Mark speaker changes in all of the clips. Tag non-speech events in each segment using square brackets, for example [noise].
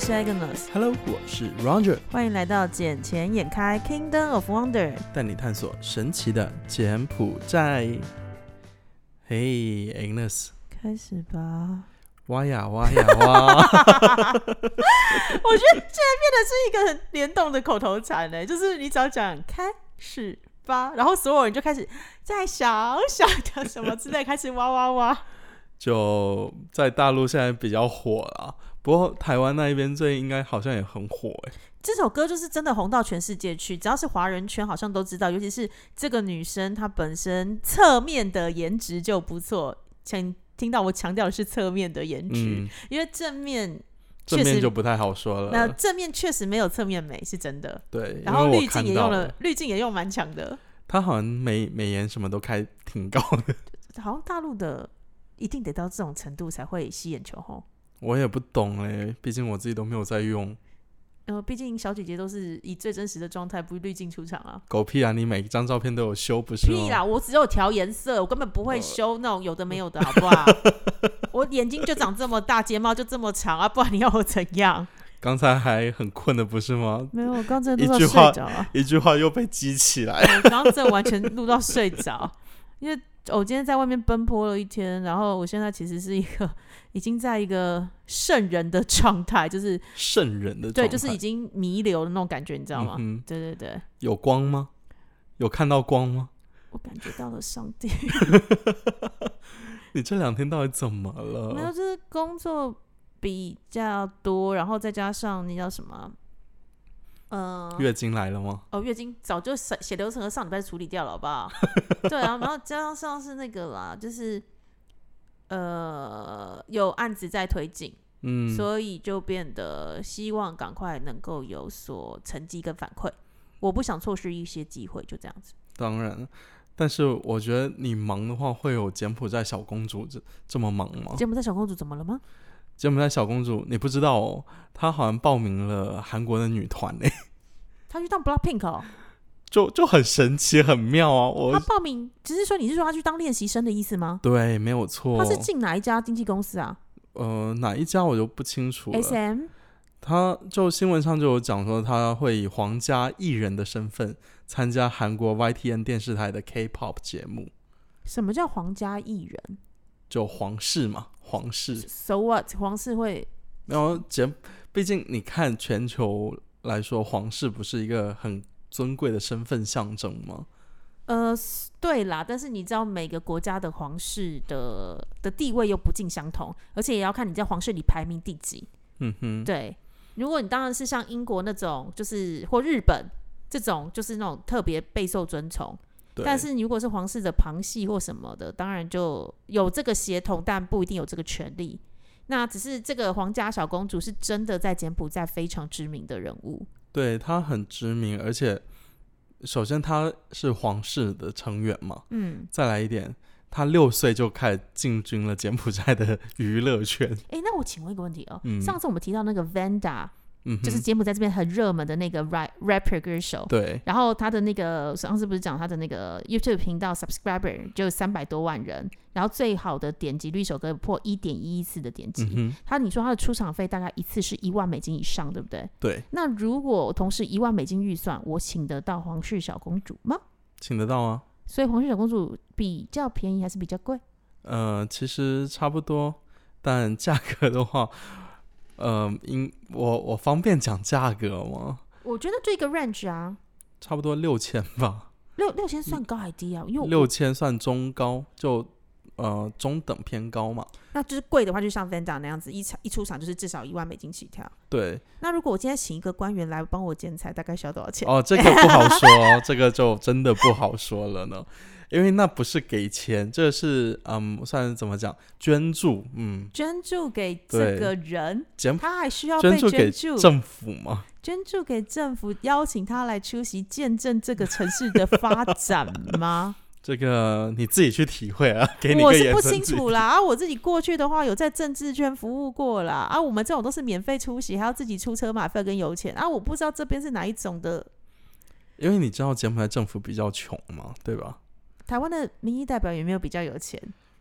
Speaker 1: 是 Agnes，
Speaker 2: Hello，我是 Roger，
Speaker 1: 欢迎来到《眼前眼开 Kingdom of Wonder》。
Speaker 2: 带你探索神奇的柬埔寨。嘿、a g n e s
Speaker 1: 开始吧。
Speaker 2: 挖呀
Speaker 1: [laughs]
Speaker 2: 挖呀挖，
Speaker 1: 我觉得现在变得是一个很联动的口头禅呢，就是你只要讲开始吧，然后所有人就开始再想想的什么之类，开始哇哇哇。
Speaker 2: 就在大陆现在比较火啦。不过台湾那一边最应该好像也很火哎、
Speaker 1: 这首歌就是真的红到全世界去，只要是华人圈好像都知道，尤其是这个女生她本身侧面的颜值就不错，请听到我强调的是侧面的颜值，
Speaker 2: 嗯，
Speaker 1: 因为正面
Speaker 2: 正
Speaker 1: 确
Speaker 2: 面
Speaker 1: 实
Speaker 2: 就不太好说
Speaker 1: 那
Speaker 2: 了。
Speaker 1: 正面确实没有侧面美是真的，
Speaker 2: 对，
Speaker 1: 然后
Speaker 2: 呃因为
Speaker 1: 滤镜
Speaker 2: 我看
Speaker 1: 也
Speaker 2: 到
Speaker 1: 用，滤镜也用蛮强的，
Speaker 2: 他好像美美颜什么都开挺高的， [laughs]
Speaker 1: 好像大陆的一定得到这种程度才会吸眼球吼。
Speaker 2: 我也不懂哎、毕竟我自己都没有在用。
Speaker 1: 呃，毕竟小姐姐都是以最真实的状态不滤镜出场啊。
Speaker 2: 狗屁啊！你每一张照片都有修不是吗？啊呃
Speaker 1: 屁啦！我只有调颜色，我根本不会修那种有的没有的，好不好？ [laughs] 我眼睛就长这么大，睫毛就这么长啊，不然你要我怎样？
Speaker 2: 刚才还很困的不是吗？
Speaker 1: 没有，我刚真
Speaker 2: 的录到一句话睡
Speaker 1: 着啊，
Speaker 2: 一句话又被激起来。
Speaker 1: 我刚真的完全录到睡着，因为我今天在外面奔波了一天，然后我现在其实是一个已经在一个圣人的状态，就是
Speaker 2: 圣人的状态
Speaker 1: 对，就是已经弥留的那种感觉，你知道吗？
Speaker 2: 嗯哼
Speaker 1: 对对对，
Speaker 2: 有光吗？有看到光吗？
Speaker 1: 我感觉到了上帝。
Speaker 2: 你这两天到底怎么
Speaker 1: 没有，
Speaker 2: 了？
Speaker 1: 就是工作比较多，然后再加上那叫什么，嗯、
Speaker 2: 月经来了吗？
Speaker 1: 哦，月经早就血血流成河上礼拜处理掉了，好不
Speaker 2: [laughs]
Speaker 1: 好？对啊，然后加上是那个啦，就是呃有案子在推进，
Speaker 2: 嗯，
Speaker 1: 所以就变得希望赶快能够有所成绩跟反馈。我不想错失一些机会，就这样子。
Speaker 2: 当然。但是我觉得你忙的话，会有柬埔寨小公主这这么忙吗？
Speaker 1: 柬埔寨小公主怎么了吗？
Speaker 2: 柬埔寨小公主，你不知道哦，她好像报名了韩国的女团诶、
Speaker 1: 她去当 Blackpink 哦，
Speaker 2: [laughs] 就就很神奇，很妙啊！
Speaker 1: 她
Speaker 2: 我
Speaker 1: 报名只是说你是说她去当练习生的意思吗？
Speaker 2: 对，没有错
Speaker 1: 她。是进哪一家经纪公司啊？
Speaker 2: 呃，哪一家我就不清楚了。
Speaker 1: S M
Speaker 2: 他就新闻上就有讲说，他会以皇家艺人的身份参加韩国 YTN 电视台的 K-pop 节目，
Speaker 1: 什么叫皇家艺人
Speaker 2: 就皇室嘛，皇室。
Speaker 1: ？So what？皇室会
Speaker 2: 然后柬，毕竟你看全球来说，皇室不是一个很尊贵的身份象征吗？
Speaker 1: 呃，对啦，但是你知道每个国家的皇室的的地位又不尽相同，而且也要看你在皇室里排名第几。
Speaker 2: 嗯哼，
Speaker 1: 对，如果你当然是像英国那种，就是或日本这种，就是那种特别备受尊崇。
Speaker 2: 对。
Speaker 1: 但是你如果是皇室的旁系或什么的，当然就有这个协同，但不一定有这个权利。那只是这个皇家小公主是真的在柬埔寨非常知名的人物。
Speaker 2: 对他很知名，而且首先他是皇室的成员嘛，
Speaker 1: 嗯，
Speaker 2: 再来一点，他六岁就开始进军了柬埔寨的娱乐圈。
Speaker 1: 哎，那我请问一个问题哦，
Speaker 2: 嗯
Speaker 1: 上次我们提到那个 Vanda，
Speaker 2: 嗯哼，
Speaker 1: 就是柬埔寨这边很热门的那个 rap rapper 歌手，
Speaker 2: 对，
Speaker 1: 然后他的那个上次不是讲他的那个 YouTube 频道 subscriber 就三百多万人，然后最好的点击率首歌破一点一一次的点击。
Speaker 2: 嗯哼，
Speaker 1: 他你说他的出场费大概一次是一万美金以上，对不对？
Speaker 2: 对。
Speaker 1: 那如果同时一万美金预算，我请得到皇室小公主吗？
Speaker 2: 请得到啊。
Speaker 1: 所以皇室小公主比较便宜还是比较贵？
Speaker 2: 呃，其实差不多，但价格的话，呃，应我我方便讲价格吗？
Speaker 1: 我觉得这个 range 啊，
Speaker 2: 差不多六千吧，
Speaker 1: 六六千算高还低啊？因为我
Speaker 2: 嗯六千算中高，就呃中等偏高嘛。
Speaker 1: 那就是贵的话，就像 Vanda 那样子，一场一出场就是至少一万美金起跳。
Speaker 2: 对，
Speaker 1: 那如果我今天请一个官员来帮我剪彩，大概需要多少钱？
Speaker 2: 哦，这个不好说，哦这个就真的不好说了呢，因为那不是给钱，这是嗯，算是怎么讲，捐助，嗯，
Speaker 1: 捐助给这个人，
Speaker 2: 柬
Speaker 1: 他还需要
Speaker 2: 捐
Speaker 1: 被
Speaker 2: 助
Speaker 1: 捐
Speaker 2: 给
Speaker 1: 助，
Speaker 2: 政府嘛，
Speaker 1: 捐助给政府，邀请他来出席见证这个城市的发展吗？
Speaker 2: 这个你自己去体会啊， [laughs] 给你一
Speaker 1: 我
Speaker 2: 个
Speaker 1: 是
Speaker 2: 眼
Speaker 1: 不
Speaker 2: 神
Speaker 1: 清
Speaker 2: 自己
Speaker 1: 楚啦，啊，我自己过去的话有在政治圈服务过啦，啊，我们这种都是免费出席，还要自己出车马费跟油钱，啊，我不知道这边是哪一种的。
Speaker 2: 因为你知道柬埔寨政府比较穷嘛，对吧？
Speaker 1: 台湾的民意代表也没有比较有钱，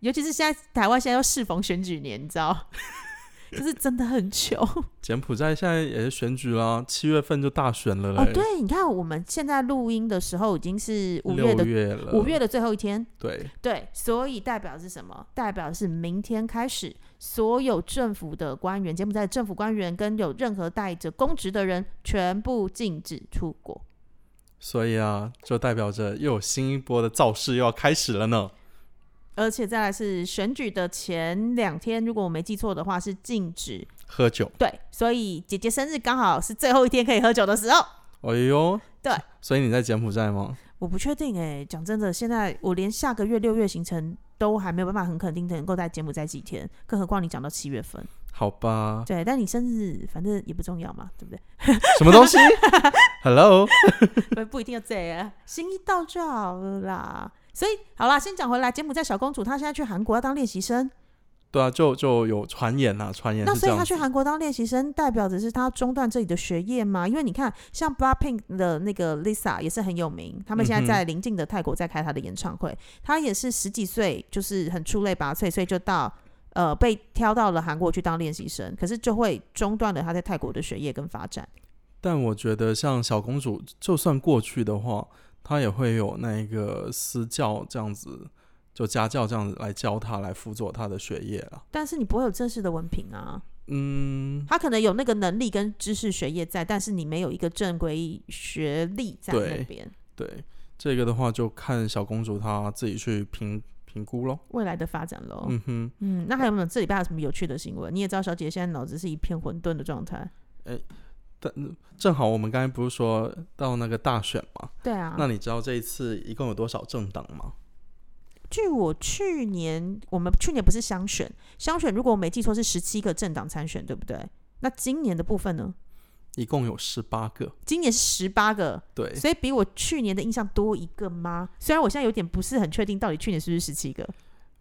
Speaker 1: 尤其是现在台湾现在又适逢选举年，你知道， [laughs] 就是真的很穷。
Speaker 2: 柬埔寨现在也是选举啦，七月份就大选了嘞，
Speaker 1: 哦，对，你看我们现在录音的时候已经是五月
Speaker 2: 六
Speaker 1: 的
Speaker 2: 月了，
Speaker 1: 五月的最后一天，
Speaker 2: 对，
Speaker 1: 对，所以代表是什么？代表是明天开始，所有政府的官员，柬埔寨的政府官员跟有任何带着公职的人，全部禁止出国。
Speaker 2: 所以啊，就代表着又有新一波的造势又要开始了呢。
Speaker 1: 而且再来是选举的前两天，如果我没记错的话，是禁止
Speaker 2: 喝酒，
Speaker 1: 对，所以姐姐生日刚好是最后一天可以喝酒的时候。
Speaker 2: 哎呦，
Speaker 1: 对，
Speaker 2: 所以你在柬埔寨吗？
Speaker 1: 我不确定哎、讲真的，现在我连下个月六月行程都还没有办法很肯定的能够在柬埔寨几天，更何况你讲到七月份。
Speaker 2: 好吧，
Speaker 1: 对，但你生日反正也不重要嘛，对不对？ [laughs]
Speaker 2: 什么东西 [laughs] ？Hello，
Speaker 1: 不不一定要这样，心意到就好了啦。所以好啦，先讲回来，柬埔寨小公主她现在去韩国要当练习生，
Speaker 2: 对啊，就就有传言啊，传言
Speaker 1: 那
Speaker 2: 是
Speaker 1: 所以
Speaker 2: 这样
Speaker 1: 她
Speaker 2: 子
Speaker 1: 去韩国当练习生，代表只是她中断这里的学业嘛？因为你看，像 BLACKPINK 的那个 Lisa 也是很有名，
Speaker 2: 嗯
Speaker 1: 他们现在在邻近的泰国在开她的演唱会，她也是十几岁，就是很出类拔萃，所以就到。呃，被挑到了韩国去当练习生，可是就会中断了她在泰国的学业跟发展。
Speaker 2: 但我觉得像小公主，就算过去的话，她也会有那个私教这样子，就家教这样子来教她，来辅佐她的学业啊。
Speaker 1: 但是你不会有正式的文凭啊，
Speaker 2: 嗯，
Speaker 1: 他可能有那个能力跟知识学业在，但是你没有一个正规学历在那
Speaker 2: 对
Speaker 1: 边。
Speaker 2: 对，这个的话就看小公主她自己去评评估咯。
Speaker 1: 未来的发展喽，嗯
Speaker 2: 嗯哼，
Speaker 1: 那还有没有这礼拜还有什么有趣的新闻？你也知道，小姐现在脑子是一片混沌的状态。
Speaker 2: 但正好我们刚才不是说到那个大选嘛？
Speaker 1: 对啊，
Speaker 2: 那你知道这一次一共有多少政党吗？
Speaker 1: 据我去年，我们去年不是相选，相选如果我没记错是十七个政党参选，对不对？那今年的部分呢？
Speaker 2: 一共有十八个。
Speaker 1: 今年是十八个，
Speaker 2: 对，
Speaker 1: 所以比我去年的印象多一个吗？虽然我现在有点不是很确定，到底去年是不是十七个？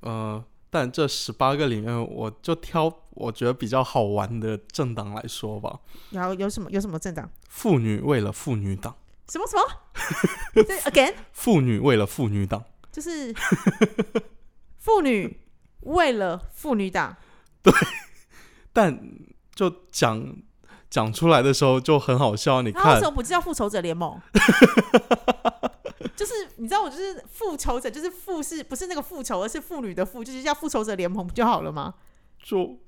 Speaker 2: 呃，但这十八个里面，我就挑我觉得比较好玩的政党来说吧。
Speaker 1: 然后有什么有什么政党？
Speaker 2: 妇女为了妇女党，
Speaker 1: 什么什么？
Speaker 2: [laughs]
Speaker 1: 对，again。
Speaker 2: 妇女为了妇女党，
Speaker 1: 就是 [laughs] 妇女为了妇女党，
Speaker 2: 但就讲讲出来的时候就很好笑。你
Speaker 1: 他为
Speaker 2: 看
Speaker 1: 什，么不叫复仇者联盟？就是你知道，我就是复仇者，就是复是不是那个复仇，而是妇女的妇，就是叫复仇者联盟不就好了吗？
Speaker 2: 就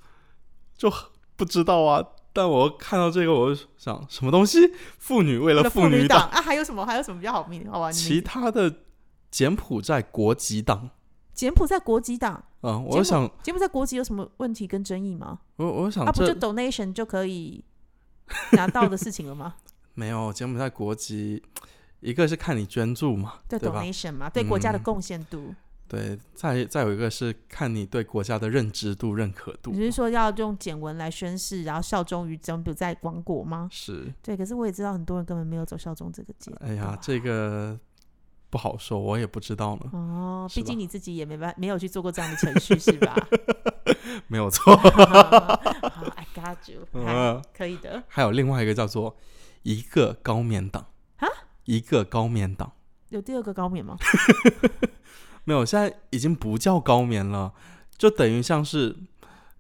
Speaker 2: 就不知道啊。但我看到这个，我就想什么东西？妇女为了
Speaker 1: 妇
Speaker 2: 妇女党，
Speaker 1: 党啊，啊还有什么还有什么比较好命好玩的名字？
Speaker 2: 其他的柬埔寨国籍党。
Speaker 1: 柬埔寨国籍党，
Speaker 2: 嗯，我就想，
Speaker 1: 柬埔寨国籍有什么问题跟争议吗？
Speaker 2: 我我想
Speaker 1: 啊，不
Speaker 2: 这、
Speaker 1: 就 donation 就可以拿到的事情了
Speaker 2: [laughs]
Speaker 1: 吗？
Speaker 2: 没有柬埔寨国籍，一个是看你捐助嘛，
Speaker 1: 对
Speaker 2: 对吧？
Speaker 1: donation 嘛，对国家的
Speaker 2: 嗯
Speaker 1: 贡献度。
Speaker 2: 对，再再有一个是看你对国家的认知度、认可度
Speaker 1: 你。是说要用简文来宣誓，然后效忠于柬埔寨王国吗？
Speaker 2: 是，
Speaker 1: 对，可是我也知道很多人根本没有走效忠这个阶段。
Speaker 2: 哎呀，这个不好说，我也不知道呢，
Speaker 1: 哦，
Speaker 2: 是
Speaker 1: 毕
Speaker 2: 吧
Speaker 1: 竟你自己也没办没有去做过这样的程序是
Speaker 2: [laughs]
Speaker 1: 吧？
Speaker 2: [laughs] 没有错。
Speaker 1: 好，I got you，嗨
Speaker 2: 嗯，
Speaker 1: 可以的。
Speaker 2: [laughs] 还有另外一个叫做一个高棉党
Speaker 1: 啊，
Speaker 2: 一个高棉党，
Speaker 1: 有第二个高棉吗？
Speaker 2: 没有，现在已经不叫高棉了，就等于像是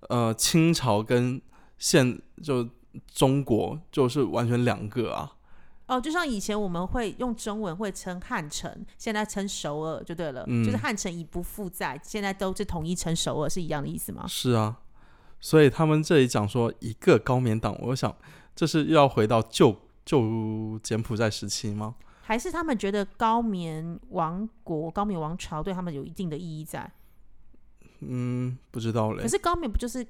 Speaker 2: 呃清朝跟现就中国就是完全两个啊。
Speaker 1: 哦，就像以前我们会用中文会称汉城，现在称首尔就对了，就是
Speaker 2: 嗯
Speaker 1: 汉城已不复在，现在都是统一称首尔，是一样的意思吗？
Speaker 2: 是啊，所以他们这里讲说一个高棉党，我想这是又要回到旧旧柬埔寨时期吗？
Speaker 1: 还是他们觉得高棉王国、高棉王朝对他们有一定的意义在？
Speaker 2: 嗯，不知道嘞
Speaker 1: 可。是高棉不就是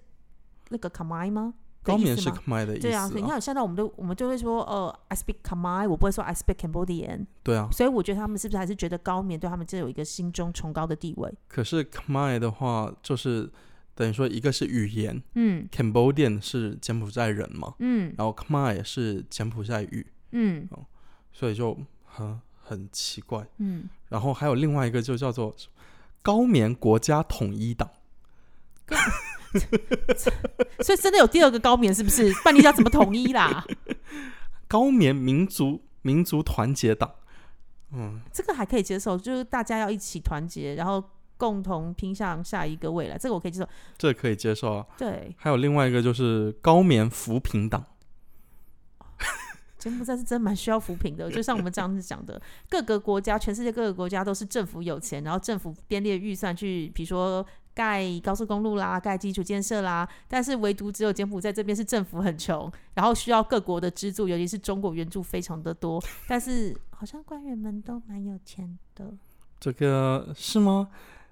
Speaker 1: 那个 Kamai 吗？的
Speaker 2: 高
Speaker 1: 意
Speaker 2: 棉
Speaker 1: 思
Speaker 2: 是
Speaker 1: 吗
Speaker 2: Khmer 的意思、
Speaker 1: 对啊，所以你看，现在我们都我们就会说，呃，I speak Kamai，我不会说 I speak Cambodian，
Speaker 2: 对啊。
Speaker 1: 所以我觉得他们是不是还是觉得高棉对他们就有一个心中崇高的地位？
Speaker 2: 可是 Khmer 的话，就是等于说一个是语言
Speaker 1: 嗯
Speaker 2: ，Cambodian 是柬埔寨人嘛，
Speaker 1: 嗯
Speaker 2: 然后 Khmer 也是柬埔寨语，
Speaker 1: 嗯
Speaker 2: 所以就很很奇怪。
Speaker 1: 嗯，
Speaker 2: 然后还有另外一个就叫做高棉国家统一党，
Speaker 1: 所以真的有第二个高棉是不是？不然你想怎么统一啦？ [laughs]
Speaker 2: 高棉民族民族团结党。嗯，
Speaker 1: 这个还可以接受，就是大家要一起团结，然后。共同拼向下一个未来，这个我可以接受。
Speaker 2: 这可以接受啊。
Speaker 1: 对，
Speaker 2: 还有另外一个就是高棉扶贫党，
Speaker 1: 柬埔寨是真蛮需要扶贫的，就像我们这样子讲的，各个国家，全世界各个国家都是政府有钱，然后政府编列预算去，比如说盖高速公路啦，盖基础建设啦，但是唯独只有柬埔寨这边是政府很穷，然后需要各国的资助，尤其是中国援助非常的多，但是好像官员们都蛮有钱的。
Speaker 2: 这个是吗？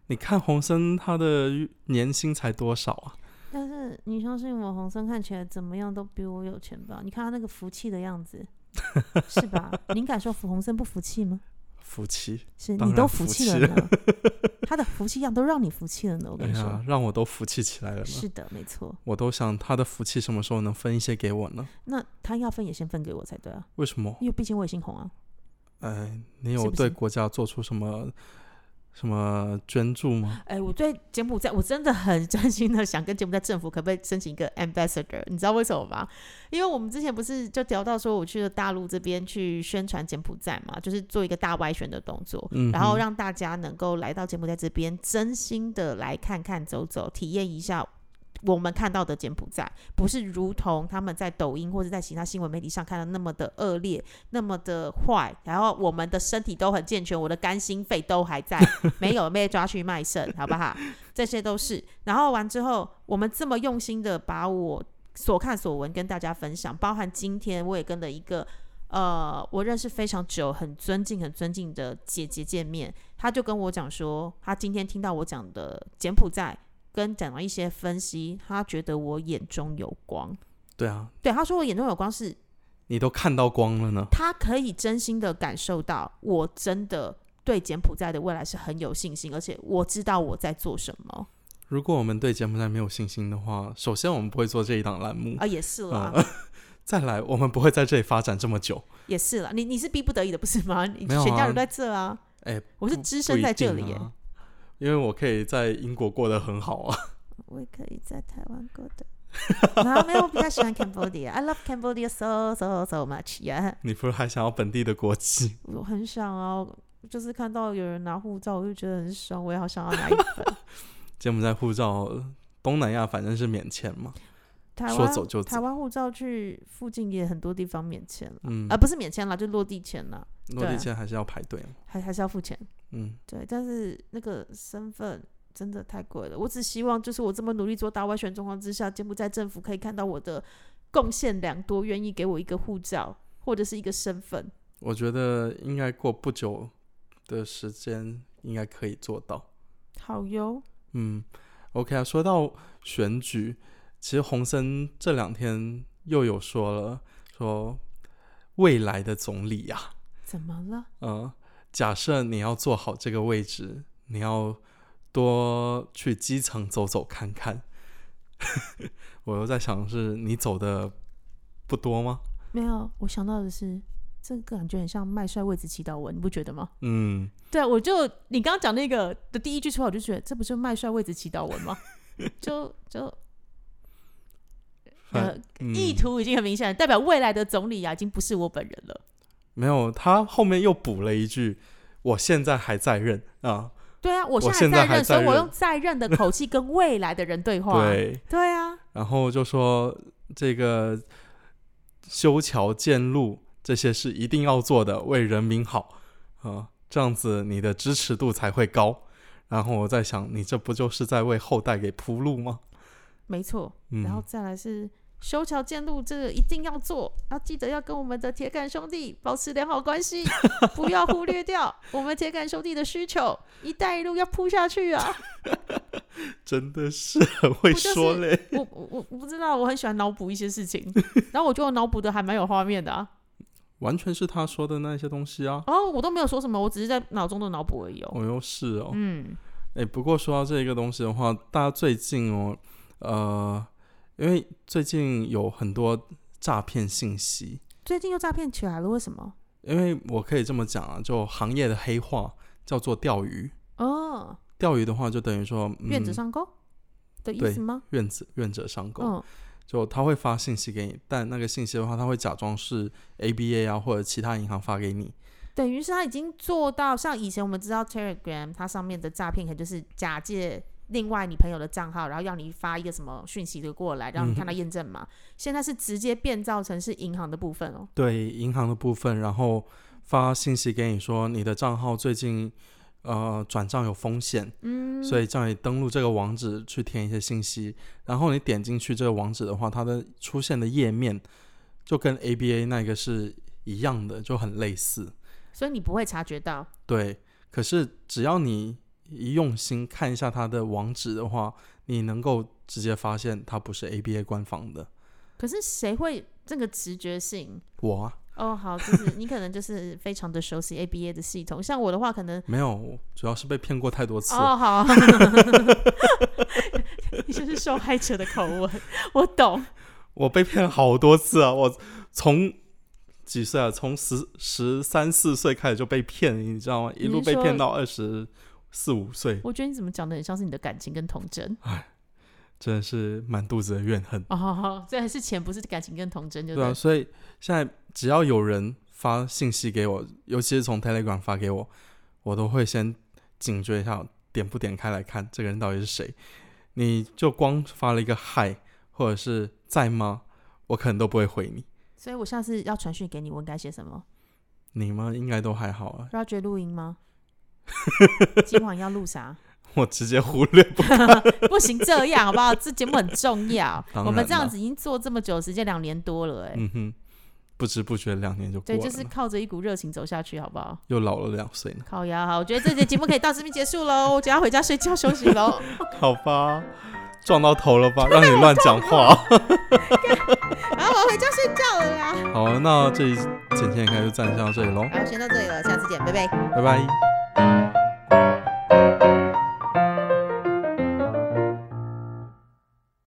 Speaker 2: 你看洪森他的年薪才多少啊？
Speaker 1: 但是你相信我，洪森看起来怎么样都比我有钱吧？你看他那个服气的样 [laughs] 子，是吧？您敢说洪森不服气吗？
Speaker 2: 夫妻，
Speaker 1: 是
Speaker 2: 当
Speaker 1: 你
Speaker 2: 然
Speaker 1: 都
Speaker 2: 服
Speaker 1: 服气
Speaker 2: 气
Speaker 1: 了呢， [laughs] 他的服气样都让你服气了呢。我
Speaker 2: 哎
Speaker 1: 跟你说，
Speaker 2: 呀，让我都服气起来了呢。
Speaker 1: 是的，没错。
Speaker 2: 我都想他的福气什么时候能分一些给我呢？
Speaker 1: 那他要分也先分给我才对啊，
Speaker 2: 为什么？
Speaker 1: 因为毕竟我也姓洪啊。
Speaker 2: 哎，你
Speaker 1: 是
Speaker 2: 有
Speaker 1: 不
Speaker 2: 对
Speaker 1: 是
Speaker 2: 国家做出什么什么捐助吗？
Speaker 1: 哎、我对柬埔寨我真的很真心的想跟柬埔寨政府可不可以申请一个 ambassador？你知道为什么吗？因为我们之前不是就聊到说我去了大陆这边去宣传柬埔寨嘛，就是做一个大外宣的动作，
Speaker 2: 嗯哼，
Speaker 1: 然后让大家能够来到柬埔寨这边，真心的来看看、走走，体验一下我们看到的柬埔寨，不是如同他们在抖音或者在其他新闻媒体上看到那么的恶劣、那么的坏。然后我们的身体都很健全，我的肝、心、肺都还在，没有被抓去卖肾，好不好？这些都是。然后完之后，我们这么用心的把我所看所闻跟大家分享，包含今天我也跟了一个呃，我认识非常久、很尊敬、很尊敬的姐姐见面，她就跟我讲说，她今天听到我讲的柬埔寨跟讲了一些分析，她觉得我眼中有光。
Speaker 2: 对啊，
Speaker 1: 对，她说我眼中有光是，
Speaker 2: 你都看到光了呢。
Speaker 1: 她可以真心的感受到，我真的对柬埔寨的未来是很有信心，而且我知道我在做什么
Speaker 2: 如果我们对柬埔寨没有信心的话，首先我们不会做这一档栏目，
Speaker 1: 啊，也是啦，
Speaker 2: 嗯再来我们不会在这里发展这么久。
Speaker 1: 也是啦，你你是逼不得已的，不是吗？你
Speaker 2: 没有啊
Speaker 1: 全家人都在这啊，
Speaker 2: 哎，
Speaker 1: 我是
Speaker 2: 不
Speaker 1: 只
Speaker 2: 不
Speaker 1: 身
Speaker 2: 一
Speaker 1: 在这
Speaker 2: 定
Speaker 1: 里耶，
Speaker 2: 啊因为我可以在英国过得很好啊。 [laughs]
Speaker 1: 我也可以在台湾过的。 [laughs] 然后没有，我比较喜欢 Cambodia。I love Cambodia so so so much。Yeah，
Speaker 2: 你不是还想要本地的国籍？
Speaker 1: 我很想啊，就是看到有人拿护照，我就觉得很爽，我也好想要拿一 [laughs] 份。
Speaker 2: 柬埔寨护照，东南亚反正是免签嘛。
Speaker 1: 台
Speaker 2: 说
Speaker 1: 湾
Speaker 2: 走就走
Speaker 1: 台湾护照去附近也很多地方免签了，
Speaker 2: 嗯，
Speaker 1: 啊，不是免签啦，就落地签啦，
Speaker 2: 落地
Speaker 1: 对啊
Speaker 2: 签还是要排队嘛。
Speaker 1: 还还是要付钱。
Speaker 2: 嗯，
Speaker 1: 对，但是那个身份真的太贵了。我只希望，就是我这么努力做大外宣状况之下，柬埔寨政府可以看到我的贡献良多，愿意给我一个护照或者是一个身份。
Speaker 2: 我觉得应该过不久的时间应该可以做到。
Speaker 1: 好哟，
Speaker 2: 嗯，OK 啊。说到选举，其实洪森这两天又有说了，说未来的总理呀、
Speaker 1: 怎么了？
Speaker 2: 呃，假设你要做好这个位置，你要多去基层走走看看。 [laughs] 我又在想，是你走的不多吗？
Speaker 1: 没有，我想到的是，这个感觉很像麦帅位置祈祷文，你不觉得吗？
Speaker 2: 嗯，
Speaker 1: 对啊，我就你刚刚讲那个的第一句出来，我就觉得这不就麦帅位置祈祷文吗？ [laughs] 就就
Speaker 2: 反
Speaker 1: 呃，
Speaker 2: 嗯
Speaker 1: 意图已经很明显了，代表未来的总理啊，已经不是我本人了。
Speaker 2: 没有。他后面又补了一句：“我现在还在任啊。
Speaker 1: 对啊，我现
Speaker 2: 现在
Speaker 1: 在
Speaker 2: 还
Speaker 1: 任，所
Speaker 2: 在
Speaker 1: 以我
Speaker 2: 任
Speaker 1: 用在任的口气跟未来的人对话。
Speaker 2: [laughs] 对，
Speaker 1: 对啊，
Speaker 2: 然后就说这个修桥建路这些是一定要做的，为人民好啊、这样子你的支持度才会高。然后我在想，你这不就是在为后代给铺路吗？
Speaker 1: 没错。
Speaker 2: 嗯，
Speaker 1: 然后再来是修桥建路，这个一定要做，要记得要跟我们的铁杆兄弟保持良好关 [laughs] 系，不要忽略掉我们铁杆兄弟的需求，“一带一路”要铺下去 [laughs] 啊！
Speaker 2: 真的是很会
Speaker 1: 不就是
Speaker 2: 说嘞。
Speaker 1: 我我我我不知道，我很喜欢脑补一些事情，然后我觉得我脑补的还蛮有画面的啊。
Speaker 2: 完全是他说的那些东西啊。
Speaker 1: 哦，我都没有说什么，我只是在脑中的脑补而已哦。
Speaker 2: 哦，又是哦，
Speaker 1: 嗯，
Speaker 2: 哎，不过说到这个东西的话，大家最近哦，呃，因为最近有很多诈骗信息，
Speaker 1: 最近又诈骗起来了，为什么？
Speaker 2: 因为我可以这么讲啊，就行业的黑话叫做钓鱼。
Speaker 1: 哦，
Speaker 2: 钓鱼的话，就等于说、嗯、
Speaker 1: 愿者上钩的意
Speaker 2: 对
Speaker 1: 思吗？
Speaker 2: 愿子愿者上钩，
Speaker 1: 嗯，
Speaker 2: 就他会发信息给你，但那个信息的话，他会假装是 ABA 啊或者其他银行发给你，
Speaker 1: 等于是他已经做到，像以前我们知道 Telegram 它上面的诈骗，可能就是假借另外你朋友的账号，然后要你发一个什么讯息的过来，让你看到验证码。现在是直接变造成是银行的部分哦。
Speaker 2: 对银行的部分，然后发信息给你说你的账号最近呃转账有风险，
Speaker 1: 嗯，
Speaker 2: 所以叫你登录这个网址去填一些信息，然后你点进去这个网址的话，它的出现的页面就跟 ABA 那个是一样的，就很类似。
Speaker 1: 所以你不会察觉到，
Speaker 2: 对，可是只要你一用心看一下它的网址的话，你能够直接发现它不是 ABA 官方的。
Speaker 1: 可是谁会这个直觉性？
Speaker 2: 我啊，
Speaker 1: 哦，好，就是你可能就是非常的熟悉 ABA 的系统，像我的话可能
Speaker 2: 没有，主要是被骗过太多次了。
Speaker 1: 哦，好， [laughs] 你就是受害者的口吻，我懂。
Speaker 2: 我被骗了好多次啊！我从几岁啊？从十十三四岁开始就被骗，你知道吗？一路被骗到二十四五岁，
Speaker 1: 我觉得你怎么讲的很像是你的感情跟童真
Speaker 2: 真的是满肚子的怨恨。
Speaker 1: 哦，这还是钱，不是感情跟童真，就
Speaker 2: 对啊，所以现在只要有人发信息给我，尤其是从 Telegram 发给我，我都会先警觉一下，点不点开来看这个人到底是谁。你就光发了一个嗨，或者是在吗，我可能都不会回你。
Speaker 1: 所以我下次要传讯给你，我应该写什
Speaker 2: [laughs]
Speaker 1: 么
Speaker 2: 你们应该都还好啊，
Speaker 1: ？Roger 录音吗？ [laughs] 今晚要录啥？ [laughs]
Speaker 2: 我直接忽略不
Speaker 1: 不行，这样好不好？这节目很重要。
Speaker 2: 当然
Speaker 1: 我们这样
Speaker 2: 了
Speaker 1: 子已经做这么久的时间，两年多了、哎、
Speaker 2: 嗯哼，不知不觉两年就过
Speaker 1: 对，
Speaker 2: 了呢，
Speaker 1: 就是靠着一股热情走下去，好不好？
Speaker 2: 又老了两岁呢。
Speaker 1: 靠腰，好，我觉得这节节目可以到这边结束喽，我只要回家睡觉休息
Speaker 2: [laughs]
Speaker 1: 喽。
Speaker 2: 好吧，撞到头了吧？让你乱讲话。 [laughs]
Speaker 1: 然后我要回家睡觉了啦。
Speaker 2: 好，那这一简介应该就暂时到这里喽，
Speaker 1: 好，先到这里了，下次见，拜拜。
Speaker 2: 拜拜。